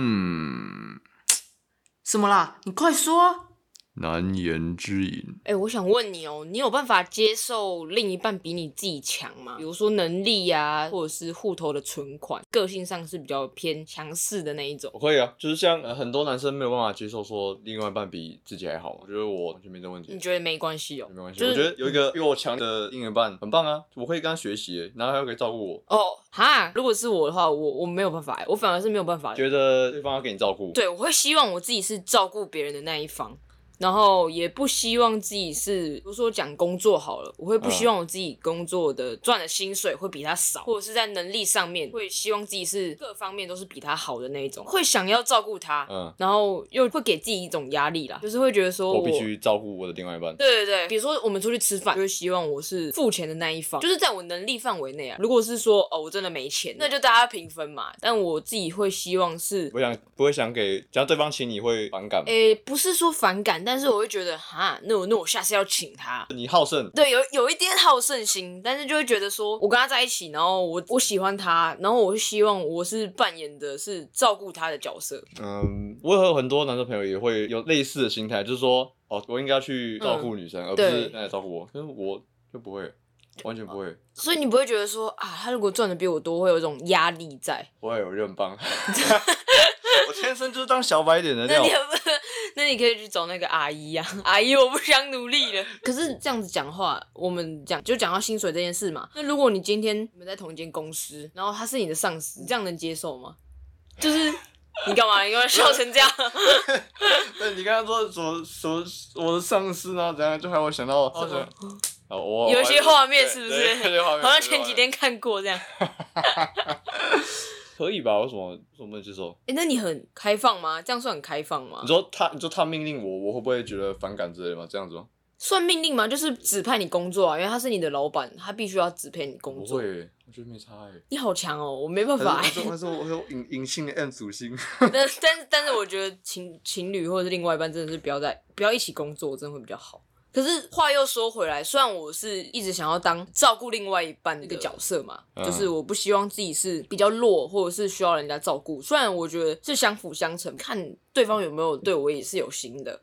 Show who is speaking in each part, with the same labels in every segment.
Speaker 1: 嗯，
Speaker 2: 什么啦？你快说啊！
Speaker 1: 难言之隐。
Speaker 3: 哎、我想问你哦，你有办法接受另一半比你自己强吗？比如说能力呀、或者是户头的存款，个性上是比较偏强势的那一种
Speaker 4: 我。可以啊，就是像、呃很多男生没有办法接受说另外一半比自己还好嘛，我觉得我完全没这问题
Speaker 3: 你。觉得没关系哦？
Speaker 4: 没关系，
Speaker 3: 就是
Speaker 4: 我觉得有一个比我强的另一半很棒啊，我可以跟他学习耶，然后他又可以照顾我，
Speaker 3: 哦哈，如果是我的话，我我没有办法，我反而是没有办法的。
Speaker 4: 觉得对方要给你照顾。，
Speaker 3: 对，我会希望我自己是照顾别人的那一方，然后也不希望自己是，比如说讲工作好了，我会不
Speaker 4: 嗯
Speaker 3: 希望我自己工作的赚的薪水会比他少，或者是在能力上面会希望自己是各方面都是比他好的那一种，会想要照顾他，
Speaker 4: 嗯，
Speaker 3: 然后又会给自己一种压力啦，就是会觉得说
Speaker 4: 我必须照顾我的另外一半。
Speaker 3: 对对对，比如说我们出去吃饭，就会希望我是付钱的那一方，就是在我能力范围内啊。如果是说哦，我真的没钱，那就大家平分嘛。但我自己会希望是
Speaker 4: 不想不会想给，只要对方请你会反感吗。
Speaker 3: 诶，不是说反感，但是我会觉得哈，那我那我下次要请他。
Speaker 4: 你好胜，
Speaker 3: 对，有有一点好胜心，但是就会觉得说，我跟他在一起，然后我我喜欢他，然后我希望我是扮演的是照顾他的角色。
Speaker 4: 嗯，我有很多男生朋友也会有类似的心态，就是说，哦，我应该去照顾女生，而不
Speaker 3: 嗯对
Speaker 4: 是她来照顾我。可是我就不会，完全不会，
Speaker 3: 所以你不会觉得说啊，他如果赚的比我多，会有一种压力在。
Speaker 4: 不会，我就很棒。 我天生就是当小白脸的
Speaker 3: 那
Speaker 4: 料
Speaker 3: 你。也不，那你可以去找那个阿姨呀、啊阿姨，我不想努力了。可是这样子讲话，我们讲就讲到薪水这件事嘛。那如果你今天你们在同一间公司，然后他是你的上司，这样能接受吗？就是你干嘛？你干嘛笑 成这样？
Speaker 4: 那你刚刚说什么什么我的上司呢？怎样就害我想到，
Speaker 3: 什么
Speaker 4: 哦，我
Speaker 3: 有一些画面
Speaker 4: 对
Speaker 3: 是不是
Speaker 4: 对有一些画面
Speaker 3: 好像
Speaker 4: 有一些画
Speaker 3: 前
Speaker 4: 面
Speaker 3: 几天看过这样。哎、
Speaker 4: 可以吧？为什么为什么不能接受？
Speaker 3: 哎那你很开放吗？这样算很开放吗
Speaker 4: 你？说他，你说他命令我，我会不会觉得反感之类的吗？这样子吗？
Speaker 3: 算命令吗？就是指派你工作啊，因为他是你的老板，他必须要指派你工
Speaker 4: 不
Speaker 3: 作。
Speaker 4: 会，我觉得没差哎。
Speaker 3: 你好强哦，我没办法、
Speaker 4: 还
Speaker 3: 欸
Speaker 4: 是。我说我说我隐隐性的 M 属 性，
Speaker 3: 但但但是我觉得情情侣或者是另外一半真的是不要在不要一起工作，真的会比较好。可是话又说回来，虽然我是一直想要当照顾另外一半的一个角色嘛，
Speaker 4: 嗯
Speaker 3: 就是我不希望自己是比较弱或者是需要人家照顾。虽然我觉得是相辅相成，看对方有没有对我也是有心的。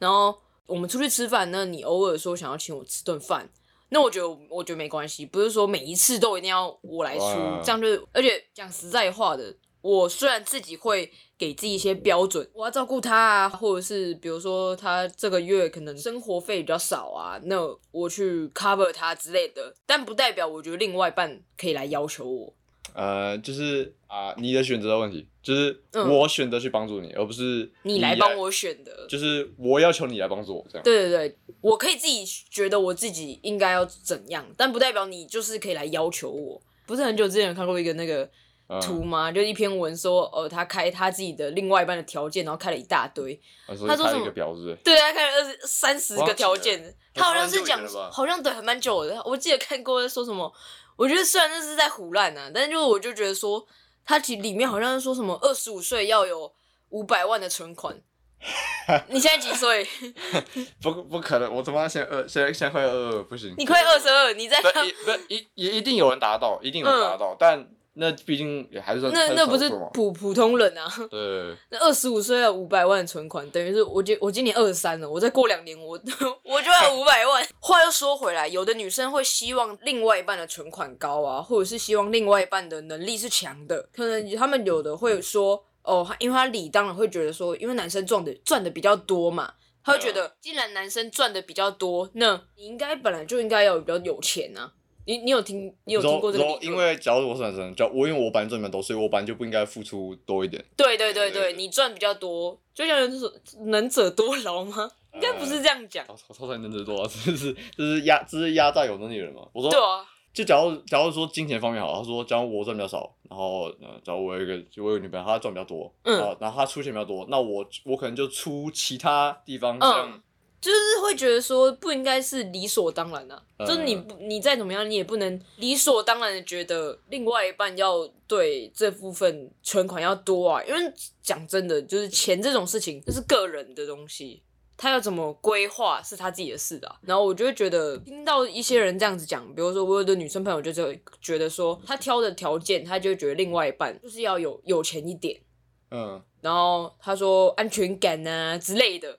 Speaker 3: 然后我们出去吃饭，那你偶尔说想要请我吃顿饭，那我觉得我觉得没关系，不是说每一次都一定要我来出
Speaker 4: 哇，
Speaker 3: 这样就是，而且讲实在话的，我虽然自己会给自己一些标准，我要照顾他啊，或者是比如说他这个月可能生活费比较少啊，那我去 cover 他之类的，但不代表我觉得另外一半可以来要求我。
Speaker 4: 呃，就是啊、你的选择的问题，就是
Speaker 3: 嗯
Speaker 4: 我选择去帮助你，而不是
Speaker 3: 你来帮，我选的，
Speaker 4: 就是我要求你来帮助我这样。
Speaker 3: 对对对，我可以自己觉得我自己应该要怎样，但不代表你就是可以来要求我。不是很久之前有看过一个那个
Speaker 4: 嗯
Speaker 3: 图吗？就一篇文说，哦，他开他自己的另外一半的条件，然后开了一大堆，
Speaker 4: 啊所以
Speaker 3: 他说
Speaker 4: 开了
Speaker 3: 什
Speaker 4: 一
Speaker 3: 么
Speaker 4: 个表是不是
Speaker 3: 对，他开了二十三十个条件，他好像是讲
Speaker 4: 很久以前了，吧
Speaker 3: 好像对，还蛮久的。我记得看过说什么，我觉得虽然那是在胡乱啊，但是就我就觉得说，他其实里面好像是说什么二十五岁要有五百万的存款。 你现在几岁？
Speaker 4: 不不可能，我他妈现在二，现在现在快二二，不行。
Speaker 3: 你快二十二，你在
Speaker 4: 不一不一也一定有人达到，一定有人达到，但那毕竟也还是算
Speaker 3: 嗯那那不是
Speaker 4: 呃 算少数嘛
Speaker 3: 普普通人啊？
Speaker 4: 对，
Speaker 3: 那二十五岁要五百万存款，等于是我今我今年二十三了，我再过两年我我就要五百万。 话又说回来，有的女生会希望另外一半的存款高啊，或者是希望另外一半的能力是强的，可能他们有的会说哦，因为他理当然会觉得说，因为男生赚的赚的比较多嘛。他会觉
Speaker 4: 嗯
Speaker 3: 得，既然男生赚的比较多，那你应该本来就应该要比较有钱啊。你你有听你有
Speaker 4: 你说
Speaker 3: 听过这个
Speaker 4: 你说
Speaker 3: 理论吗？
Speaker 4: 因为假如我是男生，假如我因为我本来赚比较多，所以我本来就不应该付出多一点。
Speaker 3: 对对
Speaker 4: 对
Speaker 3: 对对，
Speaker 4: 对
Speaker 3: 你赚比较多，就像人说能者多劳吗？应该不是这样讲。
Speaker 4: 我操，啊超才能值多少？啊这是这是压这是压榨有能力的人嘛？我说
Speaker 3: 对啊，
Speaker 4: 就假如假如说金钱方面好，他说假如我赚比较少，然后呃，假如我有一个我有女朋友，她赚比较多，
Speaker 3: 嗯
Speaker 4: 然后然后她出钱比较多，那我我可能就出其他地
Speaker 3: 嗯
Speaker 4: 方，这样
Speaker 3: 就是会觉得说不应该是理所当然啊，
Speaker 4: 嗯
Speaker 3: 就是你不你再怎么样，你也不能理所当然的觉得另外一半要对这部分存款要多啊，因为讲真的，就是钱这种事情，这是个人的东西。他要怎么规划是他自己的事啊，然后我就会觉得听到一些人这样子讲，比如说我有的女生朋友就就觉得说，她挑的条件，她就会觉得另外一半就是要有有钱一点，
Speaker 4: 嗯，
Speaker 3: 然后他说安全感啊之类的，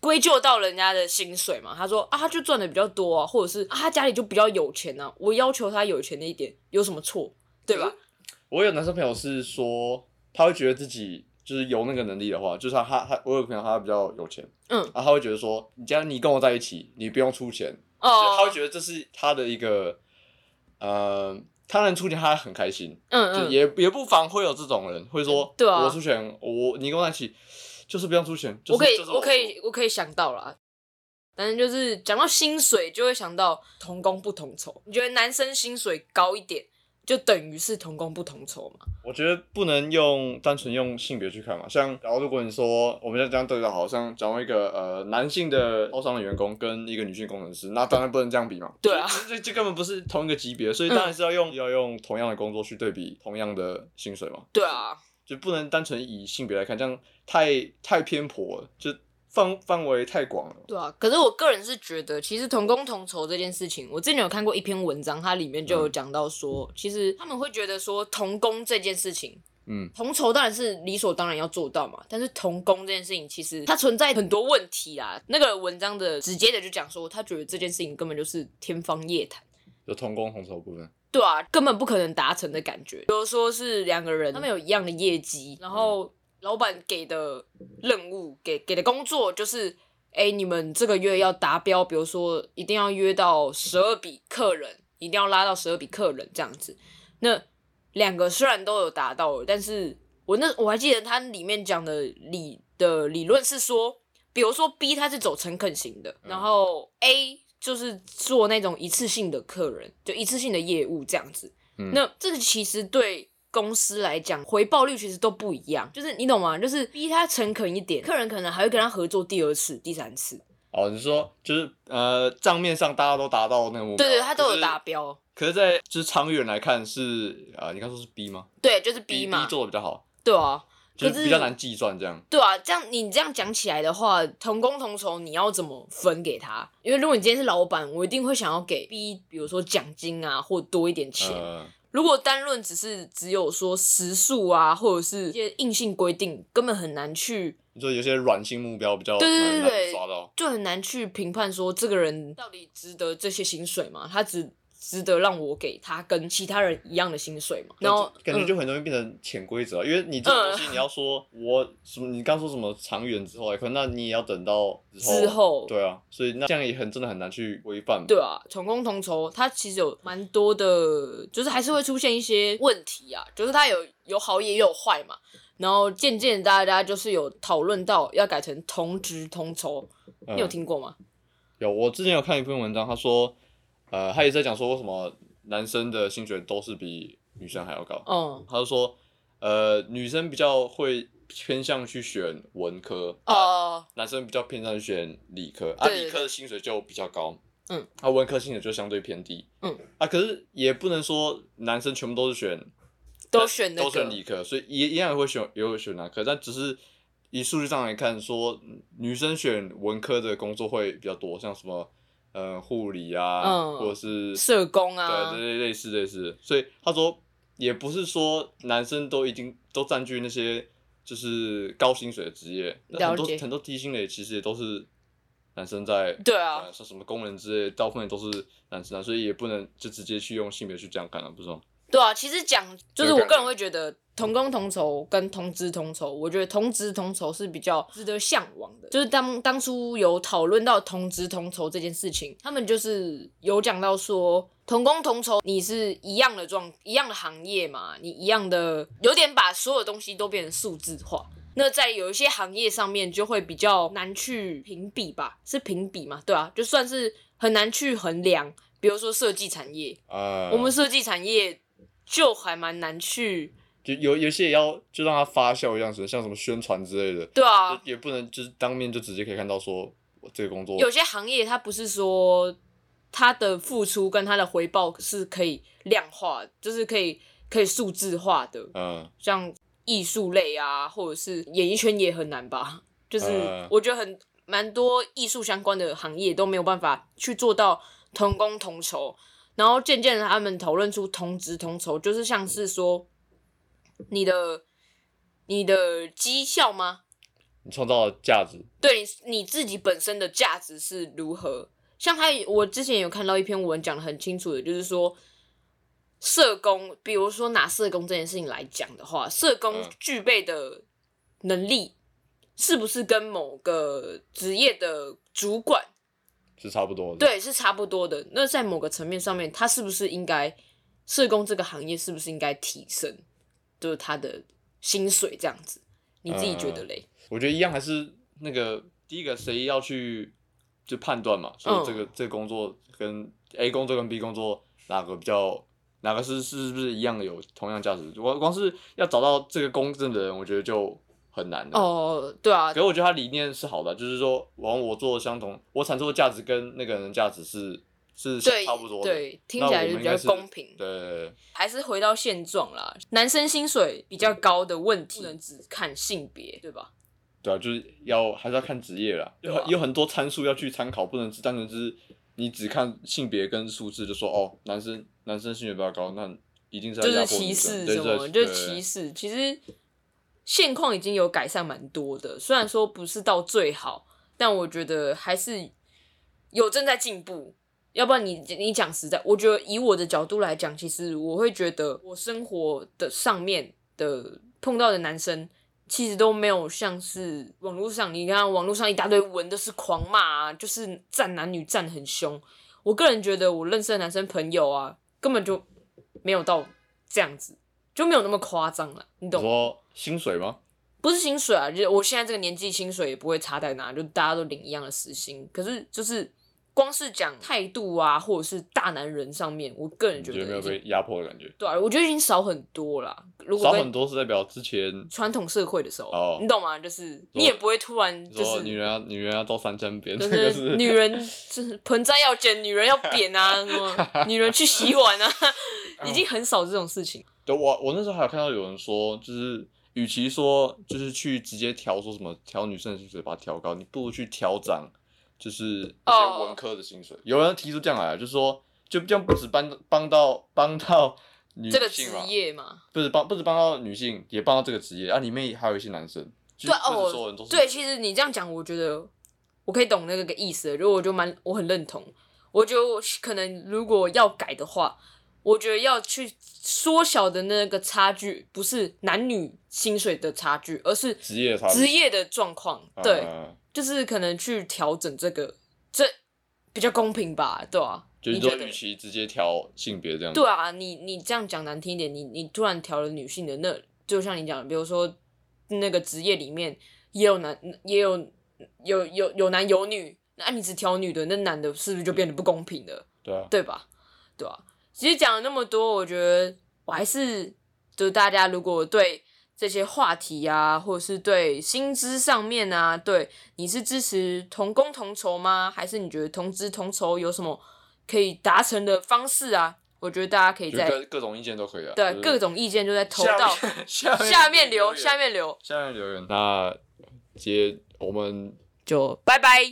Speaker 3: 归咎到人家的薪水嘛。他说啊，他就赚的比较多啊，或者是啊，他家里就比较有钱啊。我要求他有钱的一点有什么错，对吧？
Speaker 4: 我有男生朋友是说，他会觉得自己就是有那个能力的话，就是他他他，我有个朋友他比较有钱，
Speaker 3: 嗯
Speaker 4: 然后他会觉得说，你既然你跟我在一起，你不用出钱，嗯就是他
Speaker 3: 哦
Speaker 4: 会，觉得这是他的一个，呃，他能出钱，他很开心，
Speaker 3: 嗯
Speaker 4: 就
Speaker 3: 嗯，
Speaker 4: 也也不妨会有这种人会说，
Speaker 3: 对啊
Speaker 4: 我出钱，我你跟我在一起，就是不用出钱，就是、
Speaker 3: 我可以
Speaker 4: 就是
Speaker 3: 我可以我可以想到啦。但是就是讲到薪水，就会想到同工不同酬。你觉得男生薪水高一点，就等于是同工不同酬吗？
Speaker 4: 我觉得不能用单纯用性别去看嘛，像然后如果你说我们要这样对待好，像讲一个呃男性的超商的员工跟一个女性工程师，那当然不能这样比嘛。
Speaker 3: 对啊嗯
Speaker 4: 这这这根本不是同一个级别，所以当然是要用、要用同样的工作去对比同样的薪水嘛，
Speaker 3: 对啊，
Speaker 4: 就不能单纯以性别来看，这样太太偏颇了，就范范围太广了。
Speaker 3: 对啊，可是我个人是觉得，其实同工同酬这件事情，我之前有看过一篇文章，它里面就有讲到说，其实他们会觉得说同工这件事情，
Speaker 4: 嗯，
Speaker 3: 同酬当然是理所当然要做到嘛，但是同工这件事情其实它存在很多问题啦。那个文章的直接的就讲说，他觉得这件事情根本就是天方夜谭。
Speaker 4: 有同工同酬部分，
Speaker 3: 对啊，根本不可能达成的感觉。比如说是两个人，他嗯们有一样的业绩，然后老板给的任务、给给的工作就是，哎、你们这个月要达标，比如说一定要约到十二笔客人，一定要拉到十二笔客人这样子。那两个虽然都有达到了，但是我那我还记得他里面讲的理的理论是说，比如说 B 他是走诚恳型的，
Speaker 4: 嗯
Speaker 3: 然后 A 就是做那种一次性的客人，就一次性的业务这样子。
Speaker 4: 嗯
Speaker 3: 那这个其实对公司来讲，回报率其实都不一样，就是你懂吗？就是 B 他诚恳一点，客人可能还会跟他合作第二次、第三次。
Speaker 4: 哦，你说就是呃账面上大家都达到那个目标，
Speaker 3: 对对，他都
Speaker 4: 可
Speaker 3: 有
Speaker 4: 是
Speaker 3: 达标。
Speaker 4: 可是在，就是长远来看是啊、呃你刚说是 B 吗
Speaker 3: 对，就是 B 嘛
Speaker 4: B 做的比较好，
Speaker 3: 对啊，
Speaker 4: 就
Speaker 3: 可
Speaker 4: 是
Speaker 3: 是
Speaker 4: 比较难计算这样。
Speaker 3: 对啊，这样你这样讲起来的话，同工同酬你要怎么分给他？因为如果你今天是老板，我一定会想要给 B，比如说奖金啊，或多一点钱。
Speaker 4: 呃，
Speaker 3: 如果单论只是只有说时数啊，或者是一些硬性规定，根本很难去
Speaker 4: 你说有些软性目标比较
Speaker 3: 对
Speaker 4: 难
Speaker 3: 对对对
Speaker 4: 难抓到，
Speaker 3: 就很难去评判说这个人到底值得这些薪水吗？他值值得让我给他跟其他人一样的薪水吗？然后
Speaker 4: 感觉
Speaker 3: 嗯
Speaker 4: 就很容易变成潜规则，因为你这种东西你要说我什么，你刚说什么长远之后，可能那你也要等到
Speaker 3: 之后
Speaker 4: 对啊，所以那这样也很真的很难去规范嘛。
Speaker 3: 对啊，同工同酬，它其实有蛮多的，就是还是会出现一些问题啊，就是它有有好也有坏嘛。然后渐渐大家就是有讨论到要改成同职同酬，
Speaker 4: 嗯
Speaker 3: 你有听过吗？
Speaker 4: 有，我之前有看一篇文章，他说，呃，他也在讲说为什么男生的薪水都是比女生还要高。
Speaker 3: 嗯，
Speaker 4: 他就说，呃，女生比较会偏向去选文科，
Speaker 3: 哦，
Speaker 4: 男生比较偏向选理科，啊，
Speaker 3: 对对
Speaker 4: 理科的薪水就比较高，
Speaker 3: 嗯，
Speaker 4: 啊，文科薪水就相对偏低，
Speaker 3: 嗯，
Speaker 4: 啊，可是也不能说男生全部都是选
Speaker 3: 都选那
Speaker 4: 都选
Speaker 3: 个，
Speaker 4: 理科，所以一一样也会选也会选男科，但只是以数据上来看说嗯女生选文科的工作会比较多，像什么呃护理啊，
Speaker 3: 嗯
Speaker 4: 或者是
Speaker 3: 社工啊
Speaker 4: 对对对，类似类似，所以他说也不是说男生都已经都占据那些就是高薪水的职业，那很
Speaker 3: 了解
Speaker 4: 多很多低薪的也其实也都是男生在
Speaker 3: 对啊
Speaker 4: 呃像什么工人之类，大部分都是男生啊，所以也不能就直接去用性别去这样看了、不是吗？
Speaker 3: 对啊，其实讲就是
Speaker 4: 有
Speaker 3: 我
Speaker 4: 感
Speaker 3: 个人会觉得同工同酬跟同职同酬，我觉得同职同酬是比较值得向往的。就是当当初有讨论到同职同酬这件事情，他们就是有讲到说。同工同酬，你是一样的状，一样的行业嘛，你一样的，有点把所有东西都变成数字化。那在有一些行业上面就会比较难去评比吧，是评比嘛？对啊，就算是很难去衡量。比如说设计产业，
Speaker 4: 呃，
Speaker 3: 我们设计产业就还蛮难去，
Speaker 4: 就有有些也要就让它发酵一样子，像什么宣传之类的，
Speaker 3: 对啊
Speaker 4: 就，也不能就是当面就直接可以看到说我这个工作
Speaker 3: 有些行业它不是说它的付出跟它的回报是可以量化，就是可以可以数字化的，
Speaker 4: 嗯。
Speaker 3: 像艺术类啊，或者是演艺圈也很难吧，就是
Speaker 4: 呃
Speaker 3: 我觉得很蛮多艺术相关的行业都没有办法去做到同工同酬，然后渐渐的他们讨论出同职同酬，就是像是说你的你的绩效吗？
Speaker 4: 你创造的价值，
Speaker 3: 对你你自己本身的价值是如何？像他，我之前有看到一篇文讲的很清楚的，就是说，社工，比如说拿社工这件事情来讲的话，社工
Speaker 4: 嗯
Speaker 3: 具备的能力，是不是跟某个职业的主管
Speaker 4: 是差不多的。，
Speaker 3: 对，是差不多的。那在某个层面上面，他是不是应该社工这个行业是不是应该提升，就是他的薪水这样子？你自己觉得嘞？
Speaker 4: 我觉得一样还是那个第一个谁要去就判断嘛，说这个、
Speaker 3: 嗯
Speaker 4: 这个工作跟 A 工作跟 B 工作哪个比较哪个是是不是一样有同样价值？光光是要找到这个公正的人，我觉得就很难了。
Speaker 3: 哦，对啊
Speaker 4: 可，是我觉得他理念是好的，啊就是说，往我做相同，我产出的价值跟那个人的价值是是
Speaker 3: 对
Speaker 4: 差不多的。
Speaker 3: 对，听起来就比较公平。
Speaker 4: 对对对
Speaker 3: 还是回到现状啦，男生薪水比较高的问题，不能只看性别，对吧？
Speaker 4: 对啊，就是要还是要看职业啦，
Speaker 3: 对
Speaker 4: 有
Speaker 3: 啊
Speaker 4: 很有很多参数要去参考，不能只单纯是你只看性别跟数字就说哦，男生男生性别比较高，那一定是在
Speaker 3: 就是
Speaker 4: 啊压迫
Speaker 3: 歧
Speaker 4: 女生
Speaker 3: 视什么，
Speaker 4: 对对
Speaker 3: 就是歧
Speaker 4: 视。
Speaker 3: 视。其实现况已经有改善蛮多的，虽然说不是到最好，但我觉得还是有正在进步。要不然你你讲实在，我觉得以我的角度来讲，其实我会觉得我生活的上面的碰到的男生，其实都没有像是网络上，你看网络上一大堆文都是狂骂啊，就是站男女站很凶。我个人觉得我认识的男生朋友啊，根本就没有到这样子，就没有那么夸张了，你
Speaker 4: 你
Speaker 3: 懂吗？
Speaker 4: 说薪水吗？
Speaker 3: 不是薪水啊，就是我现在这个年纪，薪水也不会差在哪，就大家都领一样的时薪。可是就是光是讲态度啊，或者是大男人上面，我个人
Speaker 4: 你
Speaker 3: 觉
Speaker 4: 觉得没
Speaker 3: 得已
Speaker 4: 有被
Speaker 3: 经
Speaker 4: 压迫的感觉？
Speaker 3: 对啊，我觉得已经少很多啦。如果
Speaker 4: 少
Speaker 3: 跟
Speaker 4: 很多是代表之前
Speaker 3: 传统社会的时候，
Speaker 4: 哦
Speaker 3: 你懂吗？就是你也不会突然就
Speaker 4: 说
Speaker 3: 是
Speaker 4: 女人要女人要到三千遍，
Speaker 3: 就
Speaker 4: 这个
Speaker 3: 是
Speaker 4: 是
Speaker 3: 女人就是盆栽要剪，女人要扁啊，什么 女人去洗碗啊，
Speaker 4: 嗯
Speaker 3: 已经很少这种事情。
Speaker 4: 对我我那时候还有看到有人说，就是与其说就是去直接调说什么调女生的薪水把它调高，你不如去调涨就是一些
Speaker 3: 哦
Speaker 4: 文科的薪水。有人提出这样来，啊就是说就这样不止帮帮到帮到女
Speaker 3: 这个职
Speaker 4: 性嘛，
Speaker 3: 业嘛，
Speaker 4: 不是帮不止帮到女性，也帮到这个职业啊，里面还有一些男生。就
Speaker 3: 对
Speaker 4: 是不是所有
Speaker 3: 哦
Speaker 4: 人都，是
Speaker 3: 对，其实你这样讲，我觉得我可以懂那个意思了，就我就蛮我很认同。我觉得我可能如果要改的话，我觉得要去缩小的那个差距，不是男女薪水的差距，而是
Speaker 4: 职业的差距
Speaker 3: 职业的状况。对，
Speaker 4: 啊
Speaker 3: 就是可能去调整这个，这比较公平吧，对啊？
Speaker 4: 就是
Speaker 3: 你
Speaker 4: 说
Speaker 3: 觉得
Speaker 4: 与？其直接调性别这样子，
Speaker 3: 对啊，你你这样讲难听一点，你你突然调了女性的那，就像你讲的，比如说那个职业里面也有男，也有有有有男有女，那你只挑女的，那男的是不是就变得不公平了？
Speaker 4: 对啊，
Speaker 3: 对吧？对啊，其实讲了那么多，我觉得我还是就是大家如果对这些话题啊，或者是对薪资上面啊，对你是支持同工同酬吗？还是你觉得同资同酬有什么可以达成的方式啊？我觉得大家可以
Speaker 4: 就
Speaker 3: 在
Speaker 4: 各各种意见都可以啊。
Speaker 3: 对
Speaker 4: 就是
Speaker 3: 各种意见就在投
Speaker 4: 下
Speaker 3: 到
Speaker 4: 面下面
Speaker 3: 下面留
Speaker 4: 言
Speaker 3: 下面留，
Speaker 4: 下面留言，那接我们
Speaker 3: 就拜拜。